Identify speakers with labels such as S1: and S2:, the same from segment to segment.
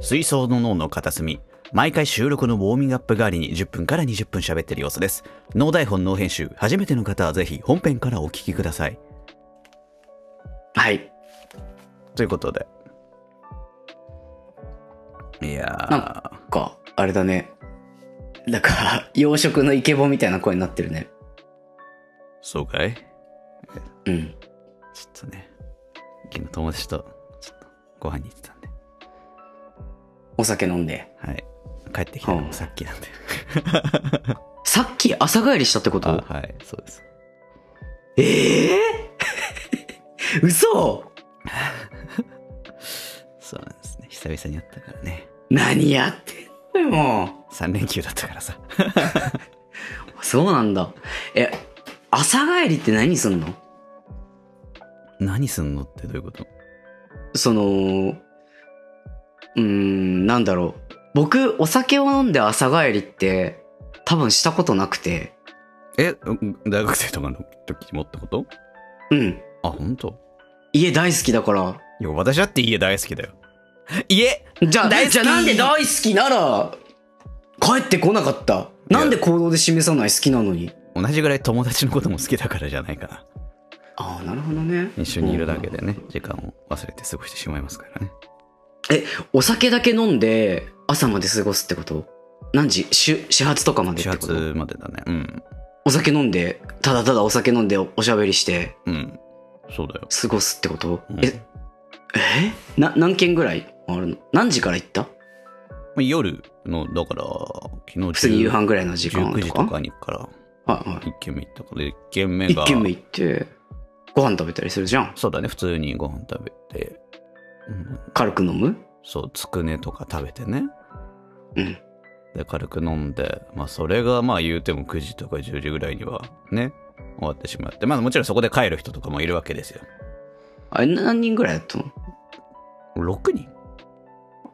S1: 水槽の脳の片隅毎回収録のウォーミングアップ代わりに10分から20分喋ってる様子です脳台本脳編集初めての方はぜひ本編からお聞きください
S2: はい。
S1: ということでいやー
S2: か、あれだね。だから、養殖のイケボみたいな声になってるね。
S1: そうかい
S2: うん。
S1: ちょっとね昨日友達とちょっとご飯に行ってたんで
S2: お酒飲んで。
S1: はい帰ってきたのもさっきなんで、
S2: さっき朝帰りしたってこ
S1: あ
S2: と
S1: はいそうです
S2: ええ 嘘
S1: そうなんですね久々に会ったからね
S2: 何やってんのよ、も
S1: 3連休だったからさ
S2: う。そうなんだ。え、朝帰りって何すんの
S1: 何すんのってどういうこと
S2: その、うーん、なんだろう。僕、お酒を飲んで朝帰りって、多分したことなくて。
S1: えうん大学生とかの時もってこと
S2: うん。
S1: あ本当
S2: 家大好きだから。
S1: いや私だって家大好きだよ家
S2: じゃあ、
S1: 大好き
S2: じゃあなんで大好きなら、帰ってこなかった。なんで行動で示さない好きなのに。
S1: 同じぐらい友達のことも好きだからじゃないかな
S2: ああ、なるほどね。
S1: 一緒にいるだけでね時間を忘れて過ごしてしまいますからね
S2: お酒だけ飲んで朝まで過ごすってこと何時し始発とかまでっ
S1: 始
S2: てこと
S1: 発までだねうん
S2: お酒飲んでただただお酒飲んでおおしゃべりして
S1: うんそうだよ
S2: 過ごすってこと、
S1: うん
S2: ええな何件ぐらいあるの何時から行った
S1: まあ夜のだから昨日
S2: 普通に夕飯
S1: ぐ
S2: ぐらいの時間とか
S1: 19時とかにから
S2: はいは
S1: 1軒目行ったから1軒目
S2: い、
S1: が
S2: 1軒目行ってご飯食べたりするじゃん
S1: そうだね普通にご飯食べて、うん、
S2: 軽く飲む
S1: そうつくねとか食べてね
S2: うん
S1: で軽く飲んで、まあ、それがまあ言うても9時とか10時ぐらいにはね終わってしまってまあもちろんそこで帰る人とかもいるわけですよ
S2: あれ何人ぐらいだったの
S1: 6人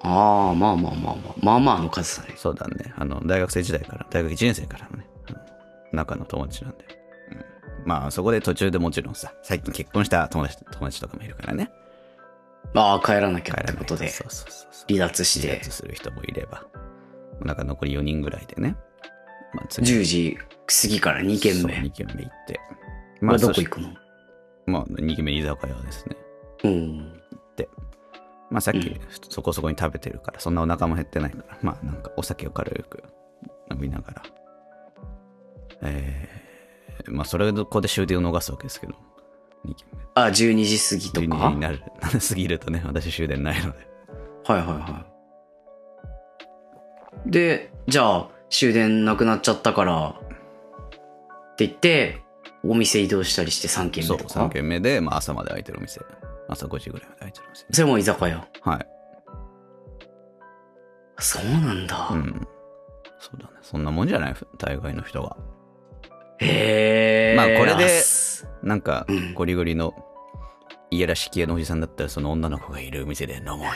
S2: ああまあまあまあまあまあまあの数だね
S1: そうだねあの大学生時代から大学1年生からのねあの仲の友達なんで、うん、まあそこで途中でもちろんさ最近結婚した友達友達とかもいるからね
S2: ああ帰らなきゃ
S1: 帰
S2: っ
S1: らな
S2: て
S1: い
S2: こと
S1: と
S2: で
S1: そうそうそうそう
S2: 離脱して
S1: 離脱する人もいればなんか残り4人ぐらいでね、まあ、次
S2: 10時過ぎから2軒
S1: そう
S2: 目
S1: 二軒目行って
S2: まあどこ
S1: そし
S2: 行くの
S1: まあ2軒目居酒屋ですね
S2: うん
S1: まあさっ
S2: う
S1: き
S2: ん
S1: そこそこに食べてるから、そんなお腹も減ってないから、まあなんかお酒を軽く飲みながら、えー、まあそれでここで終電を逃すわけですけど、2軒目。
S2: あ、12時過ぎとか。
S1: 12になる、7過ぎ るとね、私終電ないので。
S2: はいはいはい。で、じゃあ、終電なくなっちゃったから、って言って、お店移動したりして3軒
S1: そ
S2: 目
S1: う、
S2: とか。
S1: 3軒目で、まあ朝まで開いてるお店。朝5時ぐらいまで開いてるお店。
S2: それも居酒屋。
S1: はい。
S2: そうなんだ。
S1: うん。そうだね。そんなもんじゃない大概の人が。
S2: へえ。
S1: まあこれで
S2: す
S1: なんか
S2: うん、
S1: ゴリゴリの、いやらしき系のおじさんだったら、その女の子がいる店で飲 もうよ。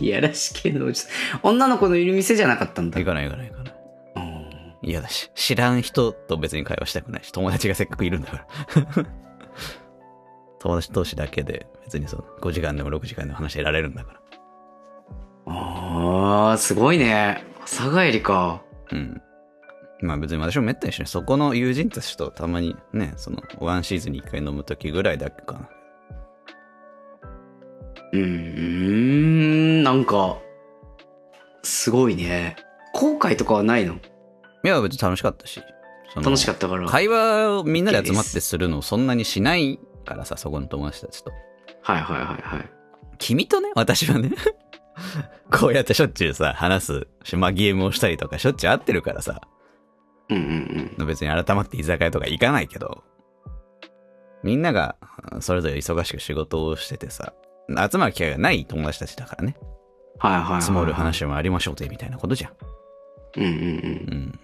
S2: いやらしいけど、おじさん女の子のいる店じゃなかったんだ。
S1: 行かない行かない行かない。
S2: うん
S1: 嫌だし、知らん人と別に会話したくないし、友達がせっかくいるんだから。 友達同士だけで、別にその5時間でも6時間でも話してられるんだから。
S2: ああ、すごいね。朝帰りか。
S1: うん。まあ別に私もめったにしない。そこの友人たちとたまにね、そのワンシーズンに1回飲むときぐらいだけかな。
S2: うーん、なんか、すごいね。後悔とかはないの
S1: いや別に楽しかったし。
S2: 楽しか
S1: っ
S2: ったから。
S1: た
S2: はい
S1: 会話をみんなで集まってするのをそんなにしないからさ、そこの友達たちと。
S2: はいはいはい。
S1: 君とね、私はね、 こうやってしょっちゅうさ、話すし、まあゲームをしたりとかしょっちゅう会ってるからさ。
S2: うんうん
S1: 別に改まって居酒屋とか行かないけど、みんながあそれぞれ忙しく仕事をしててさ、集まる機会がない友達たちだからね、
S2: うん。はいはい、はい。
S1: 積もる。話もありましょうぜみたいなことじゃん。
S2: うんうんうん。
S1: うん。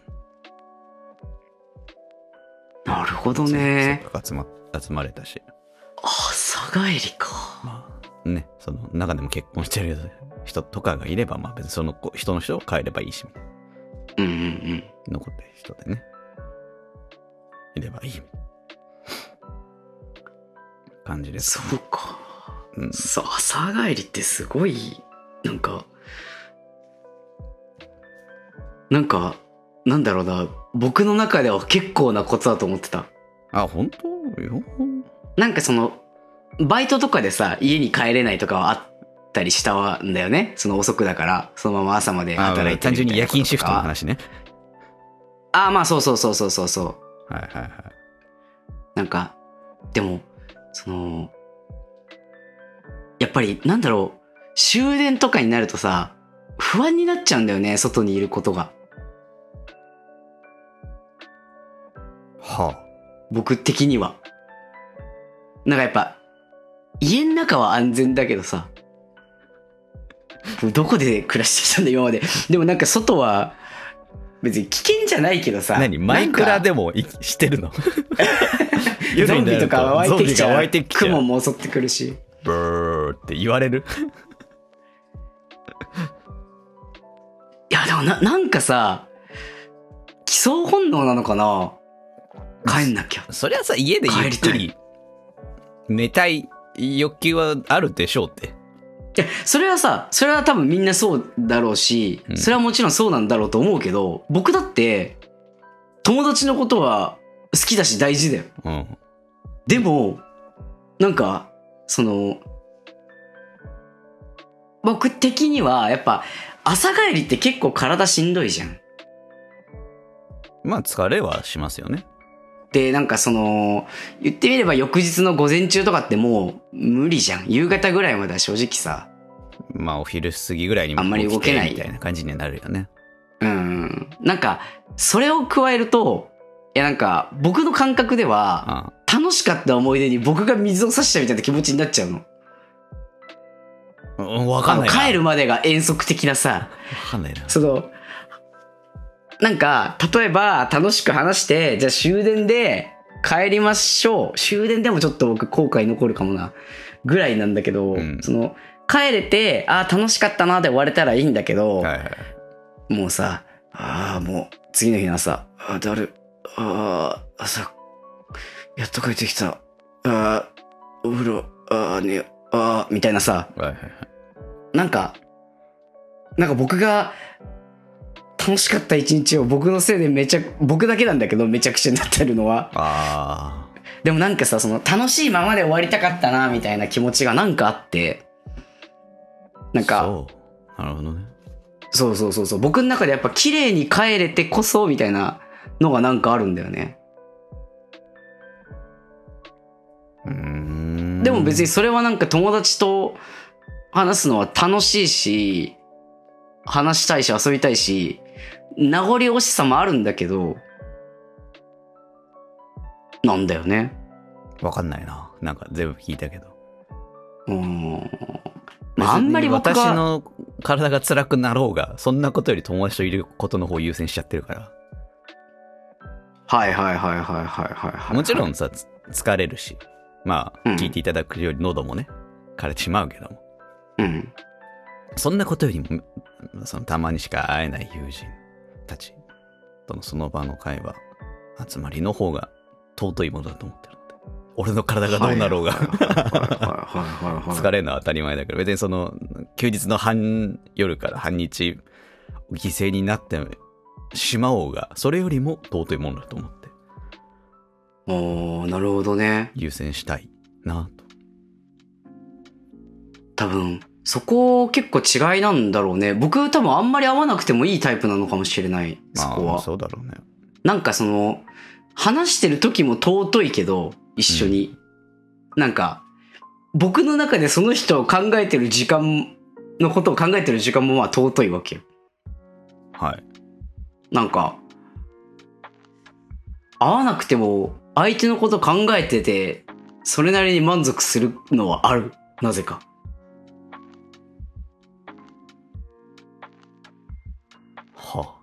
S2: なるほどね。
S1: そうそう集ま集まれたし、
S2: 朝帰りか。
S1: まあね、その中でも結婚してる人とかがいれば、まあ別にその子人の人を変えればいいし、みたいな
S2: うんうんうん。
S1: 残ってる人でね、いればいい。感じです。
S2: そうか。
S1: うん
S2: そう、朝帰りってすごい、なんか、なんか、なんだろうな、僕の中では結構なコツだと思ってた。
S1: あ、本当よ。
S2: なんかその、バイトとかでさ、家に帰れないとかはあったりしたんだよね。その遅くだから、そのまま朝まで
S1: あ
S2: 働いてる
S1: 単純
S2: みた
S1: に
S2: いな
S1: 夜
S2: ことと
S1: 勤
S2: か
S1: シフトの話ね。
S2: ああ、まあそうそうそうそうそうそう。
S1: はいはいはい。
S2: なんか、でも、その、やっぱり、なんだろう、終電とかになるとさ、不安になっちゃうんだよね、外にいることが。
S1: は
S2: 僕的には。なんかやっぱ、家の中は安全だけどさ、どこで暮らしてきたんだ今まで。でもなんか外は、別に危険じゃないけどさ。
S1: あ。何マイクラ
S2: で
S1: でもいして るの
S2: ゾンビとか湧いてきち
S1: ゾンビが
S2: ゃ
S1: 湧
S2: う
S1: いて。きちゃう
S2: 雲も襲ってくるし。
S1: ブーって言われる。
S2: いや、でもな、なんかさ、基礎本能なのかな帰んなきゃ。
S1: そりゃさ、家でゆっく
S2: 帰
S1: り寝たい欲求はあるでしょうって。
S2: いや、それはさ、それは多分みんなそうだろうし
S1: う、ん
S2: それはもちろんそうなんだろうと思うけど、僕だって、友達のことは好きだし大事だよ。
S1: うん。
S2: でも、なんか、その、僕的には、やっぱ、朝帰りって結構体しんどいじゃん。
S1: まあ、疲れはしますよね。
S2: で、なんかその、言ってみれば翌日の午前中とかってもう無理じゃん。夕方ぐらいまでは正直さ。
S1: まあ、お昼過ぎぐらいに
S2: あんまり動けない
S1: 起きてみたいな感じになるよね。
S2: うん。なんか、それを加えると、いやなんか、僕の感覚では、
S1: あ
S2: 楽しかった思い出に僕が水を差したみたいな気持ちになっちゃうの。
S1: あ。うんわかんないな。
S2: あの帰るまでが遠足的なさ、
S1: わかんないな。
S2: その、なんか、例えば楽しく話して、じゃあ終電で帰りましょう。終電でもちょっと僕後悔残るかもな。ぐらいなんだけど、
S1: うん
S2: その、帰れて、ああ、楽しかったなで終われたらいいんだけど、
S1: はいはい。
S2: もうさ、ああ、もう、次の日の朝、ああ、だる、ああ、朝、やっと帰ってきた。ああ、お風呂、ああ、ね、ああ、みたいなさ、
S1: はいはいはい。
S2: なんか、なんか僕が、楽しかった一日を僕のせいでめちゃ、僕だけなんだけど、めちゃくちゃになってるのは。
S1: ああ。
S2: でもなんかさ、その、楽しいままで終わりたかったな、みたいな気持ちがなんかあって、なんか、
S1: そう。なるほどね。
S2: そうそうそうそう、僕の中でやっぱ綺麗に帰れてこそ、みたいなのがなんかあるんだよね。
S1: うーん。
S2: でも別にそれはなんか友達と話すのは楽しいし、話したいし遊びたいし、名残惜しさもあるんだけど、なんだよね。
S1: わかんないな。なんか全部聞いたけど。
S2: うん。まああんまり僕
S1: 別に私
S2: が、
S1: の体が辛くなろうが、そんなことより友達といることの方を優先しちゃってるから。
S2: はいはいはいはいはいはいはい。
S1: もちろんさ、つ疲れるし、まあ、
S2: うん
S1: 聞いていただくより喉もね、枯れてしまうけども。
S2: うん。
S1: そんなことよりも、そのたまにしか会えない友人たちとのその場の会話、集まりの方が尊いものだと思ってるんで。俺の体がどうなろうが、
S2: はいはいはいはいはいはい
S1: 疲れるのは当たり前だけど、別にその、休日の半夜から半日、犠牲になってしまおうが、それよりも尊いものだと思って、
S2: おーなるほどね。
S1: 優先したいなと。
S2: 多分、そこ結構違いなんだろうね。僕多分あんまり会わなくてもいいタイプなのかもしれない。そこは。
S1: そうだろうね。
S2: なんかその、話してる時も尊いけど、一緒に。なんか、僕の中でその人を考えてる時間のことを考えてる時間もまあ尊いわけよ。
S1: はい。
S2: なんか、会わなくても相手のこと考えてて、それなりに満足するのはある。なぜか。
S1: は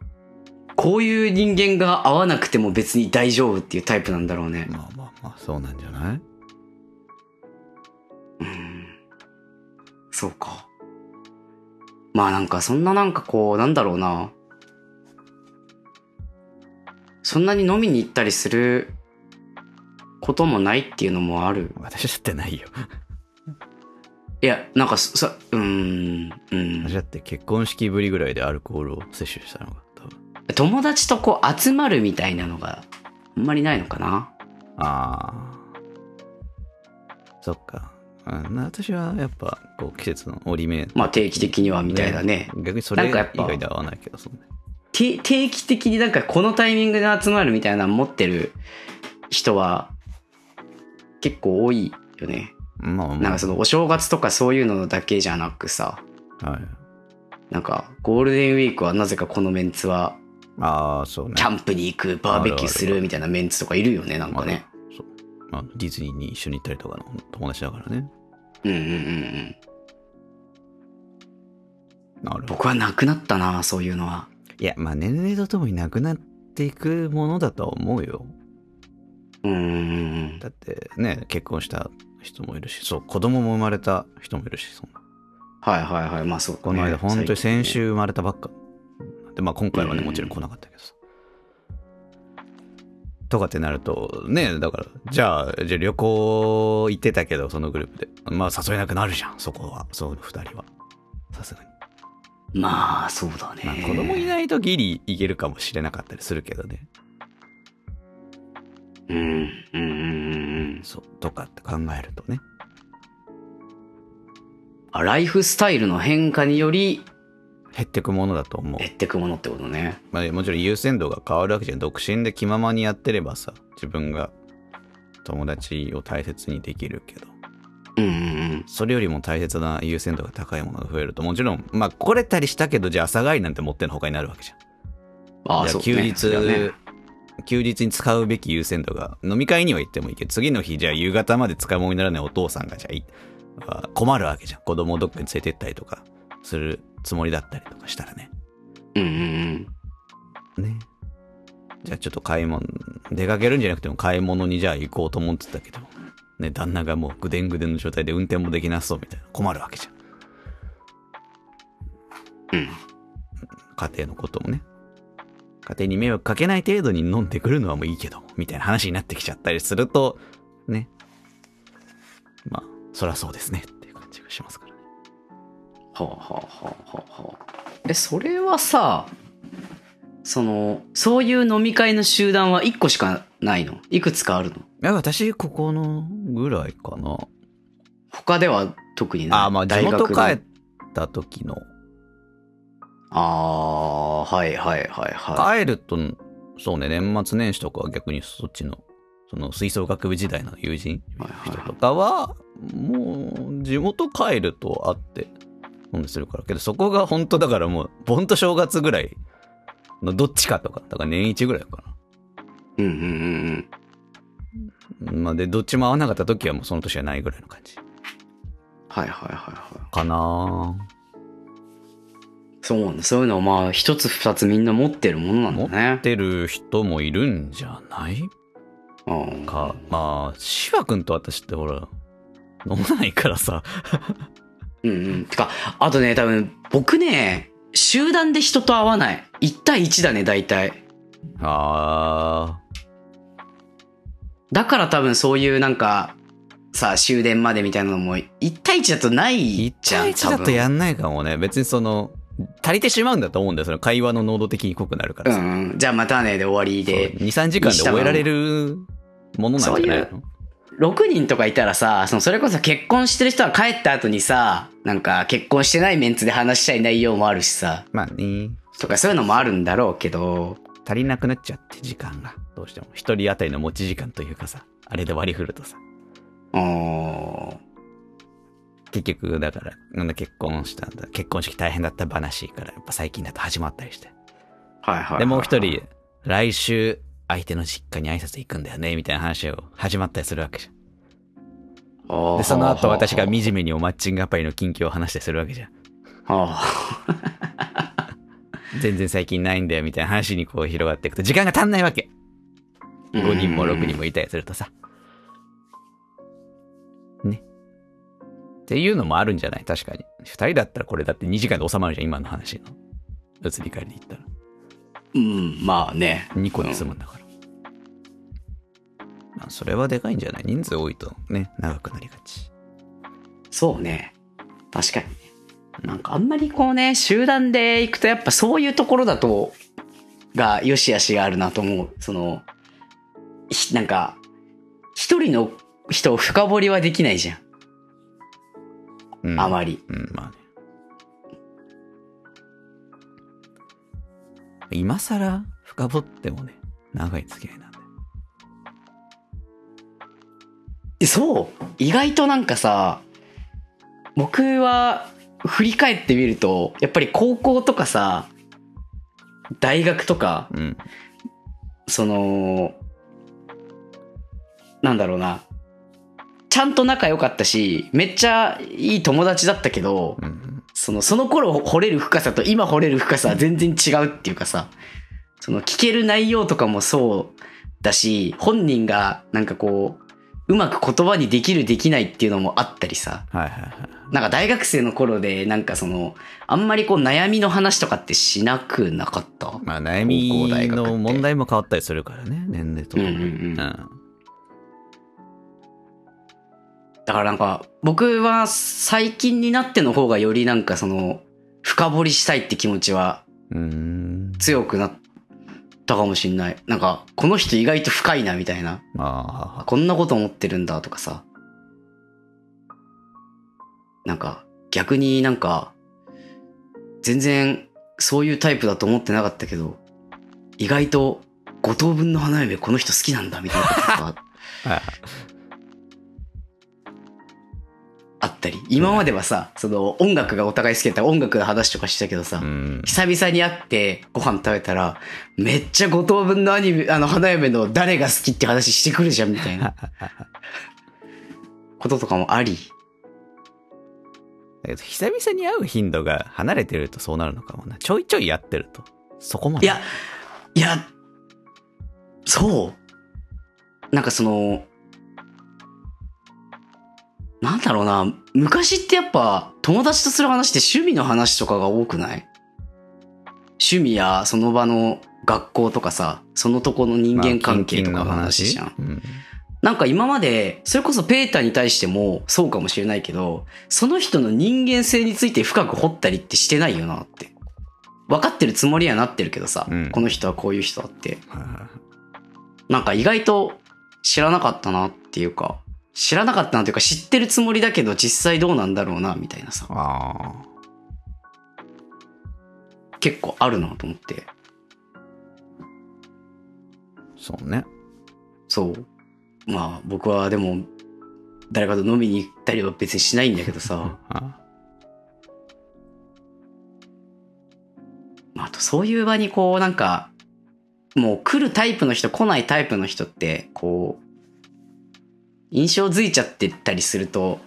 S1: あ。
S2: こういう人間が会わなくても別に大丈夫っていうタイプなんだろうね。
S1: まあまあまあ、そうなんじゃない
S2: うんそうか。まあなんかそんななんかこう、なんだろうな。そんなに飲みに行ったりすることもないっていうのもある。
S1: 私だってないよ。
S2: いや、なんかそさ、うーん、う
S1: 私
S2: ん。
S1: だって結婚式ぶりぐらいでアルコールを摂取したのが多分。
S2: 友達とこう集まるみたいなのがあんまりないのかな
S1: ああ。そっか。うん、私はやっぱこう季節の折り目。
S2: まあ定期的にはみたいなね
S1: 逆にそれ
S2: な
S1: 以
S2: んかやっぱ
S1: 外では合わないけど、そんな
S2: て定期的になんかこのタイミングで集まるみたいなの持ってる人は結構多いよね
S1: まあまあ。
S2: なんかそのお正月とかそういうのだけじゃなくさ
S1: はい、
S2: なんかゴールデンウィークはなぜかこのメンツは
S1: ああ、そうね。
S2: キャンプに行くバーベキューするみたいなメンツとかいるよねなん
S1: ま
S2: か
S1: あ
S2: ね。
S1: そうまあ、ディズニーに一緒に行ったりとかの友達だからね。
S2: うんうんうんうん
S1: なるほど。
S2: 僕はなくなったなそういうのはい
S1: や、まあ年齢とともになくなっていくものだとは思うよ。
S2: うんうんうん
S1: だってね、結婚した人もいるし、そう、子供も生まれた人もいるし、そんな。
S2: はいはいはいまあそうか
S1: こ
S2: ね
S1: の間、本当に先週生まれたばっか。で、まあ今回は
S2: うん
S1: ね、
S2: うん
S1: もちろん来なかったけどさ。とかってなると、ね、だから、じゃあ、じゃあ旅行行ってたけど、そのグループで。まあ誘えなくなるじゃん、そこは。そう、二人は。さすがに。
S2: まあそうだね、
S1: まあ子供いないとギリいけるかもしれなかったりするけどね。
S2: うんうんうんうんうん
S1: そう、とかって考えるとね。
S2: あライフスタイルの変化により
S1: 減ってくものだと思う
S2: 減。ってくものってことね
S1: まあ、もちろん優先度が変わるわけじゃん。独身で気ままにやってればさ、自分が友達を大切にできるけど、
S2: うんうん
S1: それよりも大切な優先度が高いものが増えると、もちろん、まあ、来れたりしたけど、じゃあ朝帰りなんて持ってのほかになるわけじゃん。
S2: ああ
S1: じゃ
S2: そ
S1: あ
S2: う
S1: 休
S2: ね
S1: 日、
S2: そうだね
S1: 休日に使うべき優先度が、飲み会には行ってもいいけど、次の日、じゃあ夕方まで使い物にならないお父さんが、じゃあいあ困るわけじゃん。子供をどっかに連れてったりとか、するつもりだったりとかしたらね。
S2: うんうんうん
S1: ね。じゃあちょっと買い物、出かけるんじゃなくても買い物にじゃあ行こうと思ってたけど、ね、旦那がもうぐでんぐでんの状態で運転もできなそうみたいな、困るわけじゃん。
S2: うん
S1: 家庭のこともね。家庭に迷惑かけない程度に飲んでくるのはもういいけど、みたいな話になってきちゃったりすると、ね。まあ、そらそうですねっていう感じがしますからね。
S2: はあはあはあはあはあえそれはさそのそういう飲み会の集団は1個しかないのいくつかあるの
S1: いや、私、ここのぐらいかな。
S2: 他では特にない
S1: あ、まあ、地元帰
S2: の
S1: った時の、
S2: あーはいはいはいは
S1: 帰ると、そうね、年末年始とかは逆にそっちの、その吹奏楽部時代の友人
S2: はいはいはい
S1: 人とかは、もう、地元帰ると会って飲んでするから。けど、そこが本当だからもう、盆と正月ぐらいのどっちかとか、だから年一ぐらいか
S2: いうんうんうん
S1: な。まあ、で、どっちも合わなかった時はもうその年はないぐらいの感じ。
S2: はいはいはいは
S1: かなぁ
S2: いそうなんだそういうのをまあ一つ二つみんな持ってるものなんだね
S1: 持ってる人もいるんじゃない
S2: うん
S1: か。まあ、シワ君と私ってほら、飲まないからさ。
S2: うんうん。てか、あとね、多分、僕ね、集団で人と会わない。1対1だね、大体。
S1: あー。
S2: だから多分そういうなんか、さあ終電までみたいなのも、1対1だとない
S1: 一
S2: じゃん。
S1: 対一だとやんないかもね。別にその、足りてしまうんだと思うんだよ。その会話の濃度的に濃くなるか
S2: 多
S1: ら
S2: 分
S1: さ。
S2: うんうん。じゃあまたね、で終わりで
S1: 2、。3時間で終えられるものなんじゃないの
S2: 6人とかいたらさ、そのそれこそ結婚してる人は帰った後にさ、なんか結婚してないメンツで話したい内容もあるしさ、
S1: まあね、
S2: とかそういうのもあるんだろうけど、
S1: 足りなくなっちゃって時間が。どうしても。一人当たりの持ち時間というかさ、あれで割り振るとさ。
S2: うーん。
S1: 結局、だから、なんだ結婚したんだ。結婚式大変だった話から、やっぱ最近だと始まったりして。
S2: はいはいはいはい。
S1: で、もう一人、来週、相手の実家に挨拶行くんだよね、みたいな話を始まったりするわけじゃん。
S2: あー、
S1: で、その後私が惨めにおマッチングアプリの近況を話したりするわけじゃん。
S2: あ
S1: 全然最近ないんだよみたいな話にこう広がっていくと時間が足んないわけ
S2: ー
S1: 5人も6人もいたりするとさねっていうのもあるんじゃない確かに2人だったらこれだって2時間で収まるじゃん今の話の移り変わりで言ったら
S2: うん、まあね。
S1: 2個で済むんだから、まあそれはでかいんじゃない人数多いとね長くなりがち
S2: そうね。確かに。なんかあんまりこうね、集団で行くとやっぱそういうところだと、が良し悪しがあるなと思う。その、ひなんか、一人の人を深掘りはできないじゃん。
S1: うん、
S2: あまり。
S1: うん、まあね。今更深掘ってもね、長い付き合いなんで。
S2: えそう意外となんかさ僕は振り返ってみるとやっぱり高校とかさ大学とか
S1: うん。
S2: そのなんだろうなちゃんと仲良かったしめっちゃいい友達だったけど
S1: うん。
S2: そのその頃掘れる深さと今掘れる深さは全然違うっていうかさその聞ける内容とかもそうだし本人がなんかこううまく言葉にできるできないっていうのもあったりさ
S1: はいはいはい。
S2: なんか大学生の頃でなんかそのあんまりこう悩みの話とかってしなくなかった
S1: まあ悩
S2: 高校大
S1: み
S2: 学って
S1: の問題も変わったりするからね、年齢と
S2: うん
S1: か
S2: うん
S1: も。
S2: うんだ
S1: ん。
S2: からなんか僕は最近になっての方がよりなんかその深掘りしたいって気持ちは
S1: うーん。
S2: 強くなったかもしんない。なんか、この人意外と深いなみたいな。あ
S1: まあ、
S2: こんなこと思ってるんだとかさ。なんか、逆になんか、全然そういうタイプだと思ってなかったけど、意外と五等分の花嫁この人好きなんだみたいなこととか
S1: はい
S2: あったり。今まではさ、その音楽がお互い好きだったら音楽の話とかしたけどさ、
S1: うん。
S2: 久々に会ってご飯食べたら、めっちゃ五等分のアニメ、あの、花嫁の誰が好きって話してくるじゃんみたいなこととかもあり。
S1: だけど久々に会う頻度が離れてるとそうなるのかもな。ちょいちょいやってると。そこま
S2: い
S1: で。
S2: や、いや、そう。なんかその、なんだろうな、昔ってやっぱ友達とする話って趣味の話とかが多くない趣味やその場の学校とかさ、そのとこの人
S1: まあ、
S2: 間関係とかの話じゃん。なんか今まで、それこそペーターに対してもそうかもしれないけど、その人の人間性について深く掘ったりってしてないよなって。分かってるつもりはなってるけどさ、
S1: うん
S2: この人はこういう人だって。
S1: うん。
S2: なんか意外と知らなかったなっていうか、知らなかったなというか知ってるつもりだけど実際どうなんだろうなみたいなさ、
S1: ああ。
S2: 結構あるなと思って。
S1: そうね。
S2: そう。まあ僕はでも、誰かと飲みに行ったりは別にしないんだけどさ、
S1: あ
S2: まあ、あとそういう場にこうなんかもう来るタイプの人来ないタイプの人ってこう印象づいちゃってたりすると、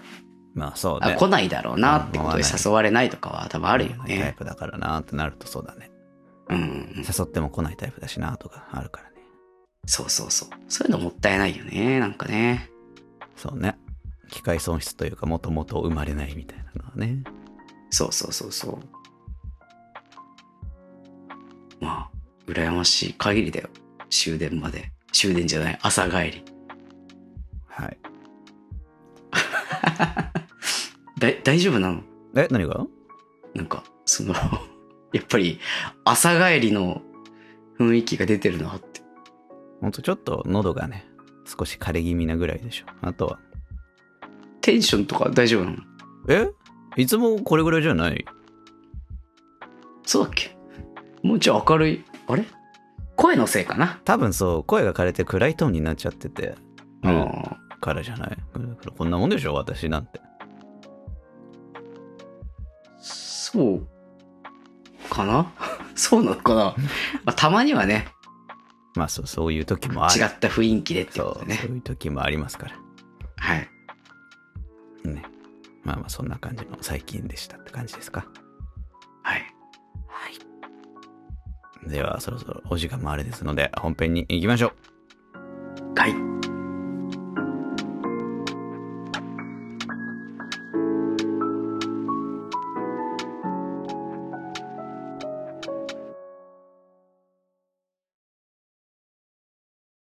S1: まあそう
S2: あ
S1: ね。
S2: 来ないだろうなってこと
S1: うん
S2: で
S1: 合わない
S2: 誘われないとかは多分あるよ
S1: 来ないタイ
S2: ね。
S1: プだからなってなるとそうだね。
S2: うんうん、
S1: 誘っても来ないタイプだしなとかあるからね。
S2: そうそうそうそういうのもったいないよねなんかね。
S1: そうね。機械損失というか、もともと生まれないみたいなのはね。
S2: そうそうそうそう。まあ羨ましい限りだよ終電まで終電じゃない朝帰り。
S1: はい。
S2: だ大丈夫なの
S1: え、何が
S2: なんか、その、 やっぱり、朝帰りの雰囲気が出てるなって。
S1: ほんとちょっと喉がね、少し枯れ気味なぐらいでしょ。あとは、
S2: テンションとか大丈夫なの
S1: えいつもこれぐらいじゃない
S2: そうだっけもうちょい明るい。あれ声のせいかな、
S1: 多分そう、声が枯れて暗いトーンになっちゃってて、
S2: あ
S1: うん
S2: あ
S1: からじゃない。こんなもんでしょ、私なんて。
S2: そうかな そうなのかな、まあ、たまにはね、
S1: まあそう、そういう時もある。
S2: 違った雰囲気でって
S1: そ
S2: こと
S1: う、
S2: でね
S1: そう。いう時もありますから。
S2: はい。
S1: ね。まあまあ、そんな感じの最近でしたって感じですか。
S2: はい。
S1: では、そろそろお時間もあれですので、本編に行きましょう。